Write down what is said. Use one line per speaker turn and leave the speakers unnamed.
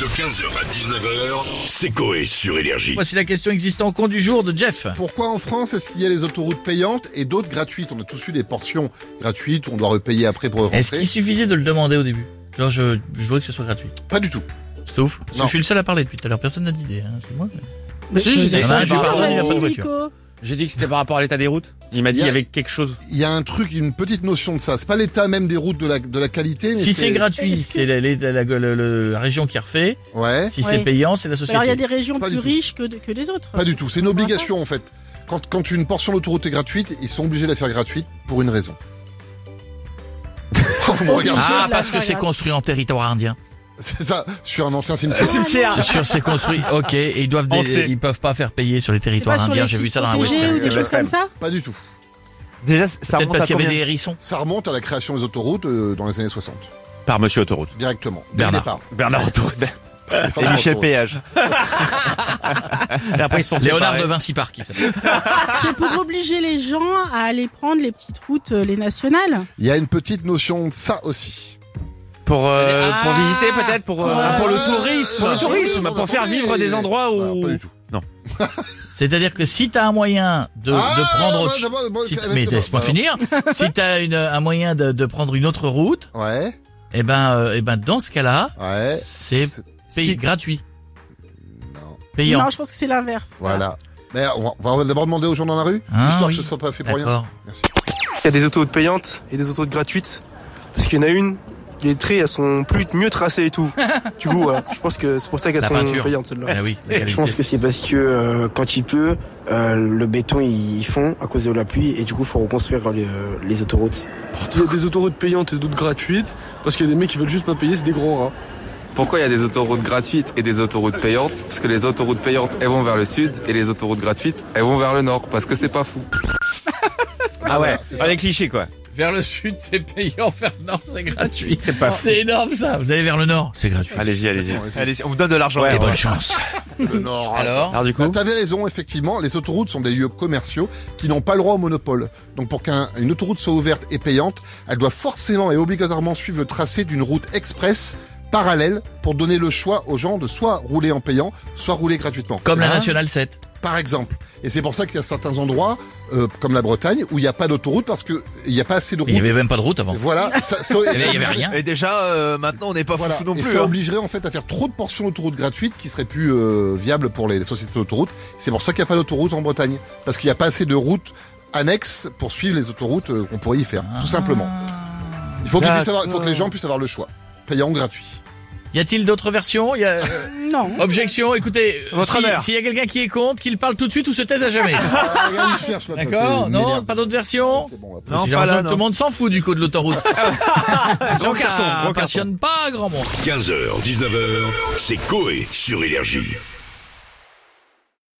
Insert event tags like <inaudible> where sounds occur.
De 15h à 19h, c'est Coé sur Énergie.
Voici la question existant au compte du jour de Jeff.
Pourquoi en France est-ce qu'il y a les autoroutes payantes et d'autres gratuites On a tous eu des portions gratuites, on doit repayer après pour
Est-ce
rentrer.
qu'il suffisait de le demander au début Genre, je, je voulais que ce soit gratuit.
Pas du tout.
C'est ouf. Parce que
Non.
Je suis le seul à parler depuis tout à l'heure. Personne n'a d'idée. hein. C'est moi.
Si, j'ai dit
Ah,
ça,
je
c'est
suis
par
pas
rapport
revenu, il y a
au-
pas de
j'ai
voiture.
dit que c'était par rapport à l'état des routes. Il m'a dit
Il y
il
a-
y avait quelque chose.
Il y a un truc, une petite notion de ça. C'est pas l'état même des routes de la, de la qualité, mais
Si c'est gratuit,
Est-ce que-
c'est la, la- la- la- la- la région qui refait.
Ouais,
Si
Ouais.
c'est payant, c'est la
Alors il y
société.
a des régions
Pas du
plus
tout.
riches que, de- que les autres.
pas du tout. C'est une
Comment ça
obligation en fait. Quand, quand une portion d'autoroute est gratuite, ils sont obligés de la faire gratuite pour
<laughs>
une raison. Vous me regardez.
Ah,
de la
parce que
faire
c'est
gratuit.
construit en territoire indien.
C'est ça, sur un ancien cimetière.
Ah.
cimetière.
C'est sûr, c'est
<laughs>
construit. Ok, et ils doivent, des-
Hanté.
ils peuvent pas faire payer sur les
C'est pas
territoires
sur les
indiens. J'ai
sites
vu ça dans la
protégés
western.
ou des
C'est
choses
vrai.
comme ça
Euh.
Pas du tout.
Déjà, ça
Peut-être
remonte à
parce qu'il y avait
combien
des hérissons.
Ça remonte à la création des autoroutes euh, dans les années 60,
Par Monsieur Autoroute.
directement. Dès
Bernard.
le départ.
Bernard Autoroute.
Pas
Et
dans
Michel
l'autoroute.
Péage. Et après, ils sont
Léonard
séparés.
de Vinci Park, qui s'appelle.
C'est
<laughs>
pour obliger les gens à aller prendre les petites routes, euh, les nationales.
Il y a une petite notion de ça aussi.
Pour, euh, pour
Ah.
visiter peut-être pour, euh,
Ah,
pour le
euh,
tourisme.
euh,
Pour le tourisme, Bah, pour faire vivre des endroits où...
Ah, pas du tout.
C'est-à-dire que si t'as un moyen de,
Ah,
de prendre.
bah, bah, bah, bah,
si-
bah,
mais
bah,
laisse-moi
bah,
finir. si t'as une, un moyen de, de prendre une autre route,
Ouais,
eh ben, euh, eh ben, dans ce cas-là,
ouais.
C'est- paye
Si-
gratuit,
Non,
payant.
Non, je pense que c'est l'inverse.
voilà. Mais on va, on va d'abord demander aux gens dans la rue,
Ah,
histoire
oui.
que ce soit pas fait pour rien.
D'accord.
Il y a des autoroutes payantes et des autoroutes gratuites. Parce qu'il y en a une, les traits, elles sont plus mieux tracées et tout. du coup, voilà, je pense que c'est pour ça qu'elles
La
sont
peinture.
payantes, celles-là.
Ah oui. la
Je pense
qualité.
que c'est parce que euh, quand il pleut, euh, le béton il fond à cause de la pluie et du coup faut reconstruire les, euh, les autoroutes.
Il y a des autoroutes payantes et d'autres gratuites, parce qu'il y a des mecs qui veulent juste pas payer, c'est des grands rats.
Pourquoi il y a des autoroutes gratuites et des autoroutes payantes Parce que les autoroutes payantes, elles vont vers le sud et les autoroutes gratuites, elles vont vers le nord parce que c'est pas fou.
Ah ouais,
Voilà, c'est ça.
Ah, les clichés quoi.
Vers le sud, c'est payant. Vers le nord, c'est gratuit.
C'est pas
C'est énorme ça. Vous allez vers le nord, c'est gratuit.
Allez-y, allez-y.
Ouais, c'est-
Allez-y, on vous donne de l'argent.
Et
Ouais,
bonne
ouais.
chance. Alors,
Alors du
Bah,
coup,
T'avais raison, effectivement, les autoroutes sont des lieux commerciaux qui n'ont pas le droit au monopole. Donc pour qu'une autoroute soit ouverte et payante, elle doit forcément et obligatoirement suivre le tracé d'une route express parallèle pour donner le choix aux gens de soit rouler en payant, soit rouler gratuitement.
comme la
Hein
nationale 7.
par exemple. Et c'est pour ça qu'il y a certains endroits, euh, comme la Bretagne, où il n'y a pas d'autoroute parce qu'il n'y a pas assez de routes.
Il y avait même pas de route avant. Eh ben,
Voilà, ça, ça-
Il y avait
ça-
<laughs>
rien.
et déjà euh, maintenant on n'est pas
voilà.
foufou non
et
plus.
ça
hein.
obligerait en fait à faire trop de portions d'autoroutes gratuites qui seraient plus euh, viables pour les sociétés d'autoroutes. C'est pour ça qu'il n'y a pas d'autoroute en Bretagne, parce qu'il n'y a pas assez de routes annexes pour suivre les autoroutes euh, qu'on pourrait y faire, tout simplement. Il faut, qu'ils puissent avoir- il faut que les gens puissent avoir le choix, payant ou gratuit.
Y a-t-il d'autres versions Y a-
Euh, Non.
Objection, écoutez,
Votre
si- s'il
honneur.
y a quelqu'un qui est contre, qu'il parle tout de suite ou se taise à jamais.
Ah, regarde, il cherche, là, ça,
D'accord
c'est-
Non,
m'énerve.
pas d'autres versions
C'est bon, après.
Non,
J'ai
pas
l'impression
là,
que
non.
tout le monde s'en fout du coup de l'autoroute.
Gros
Donc ça
carton, gros carton.
passionne pas grand monde.
15h, 19h, c'est Coé sur Énergie.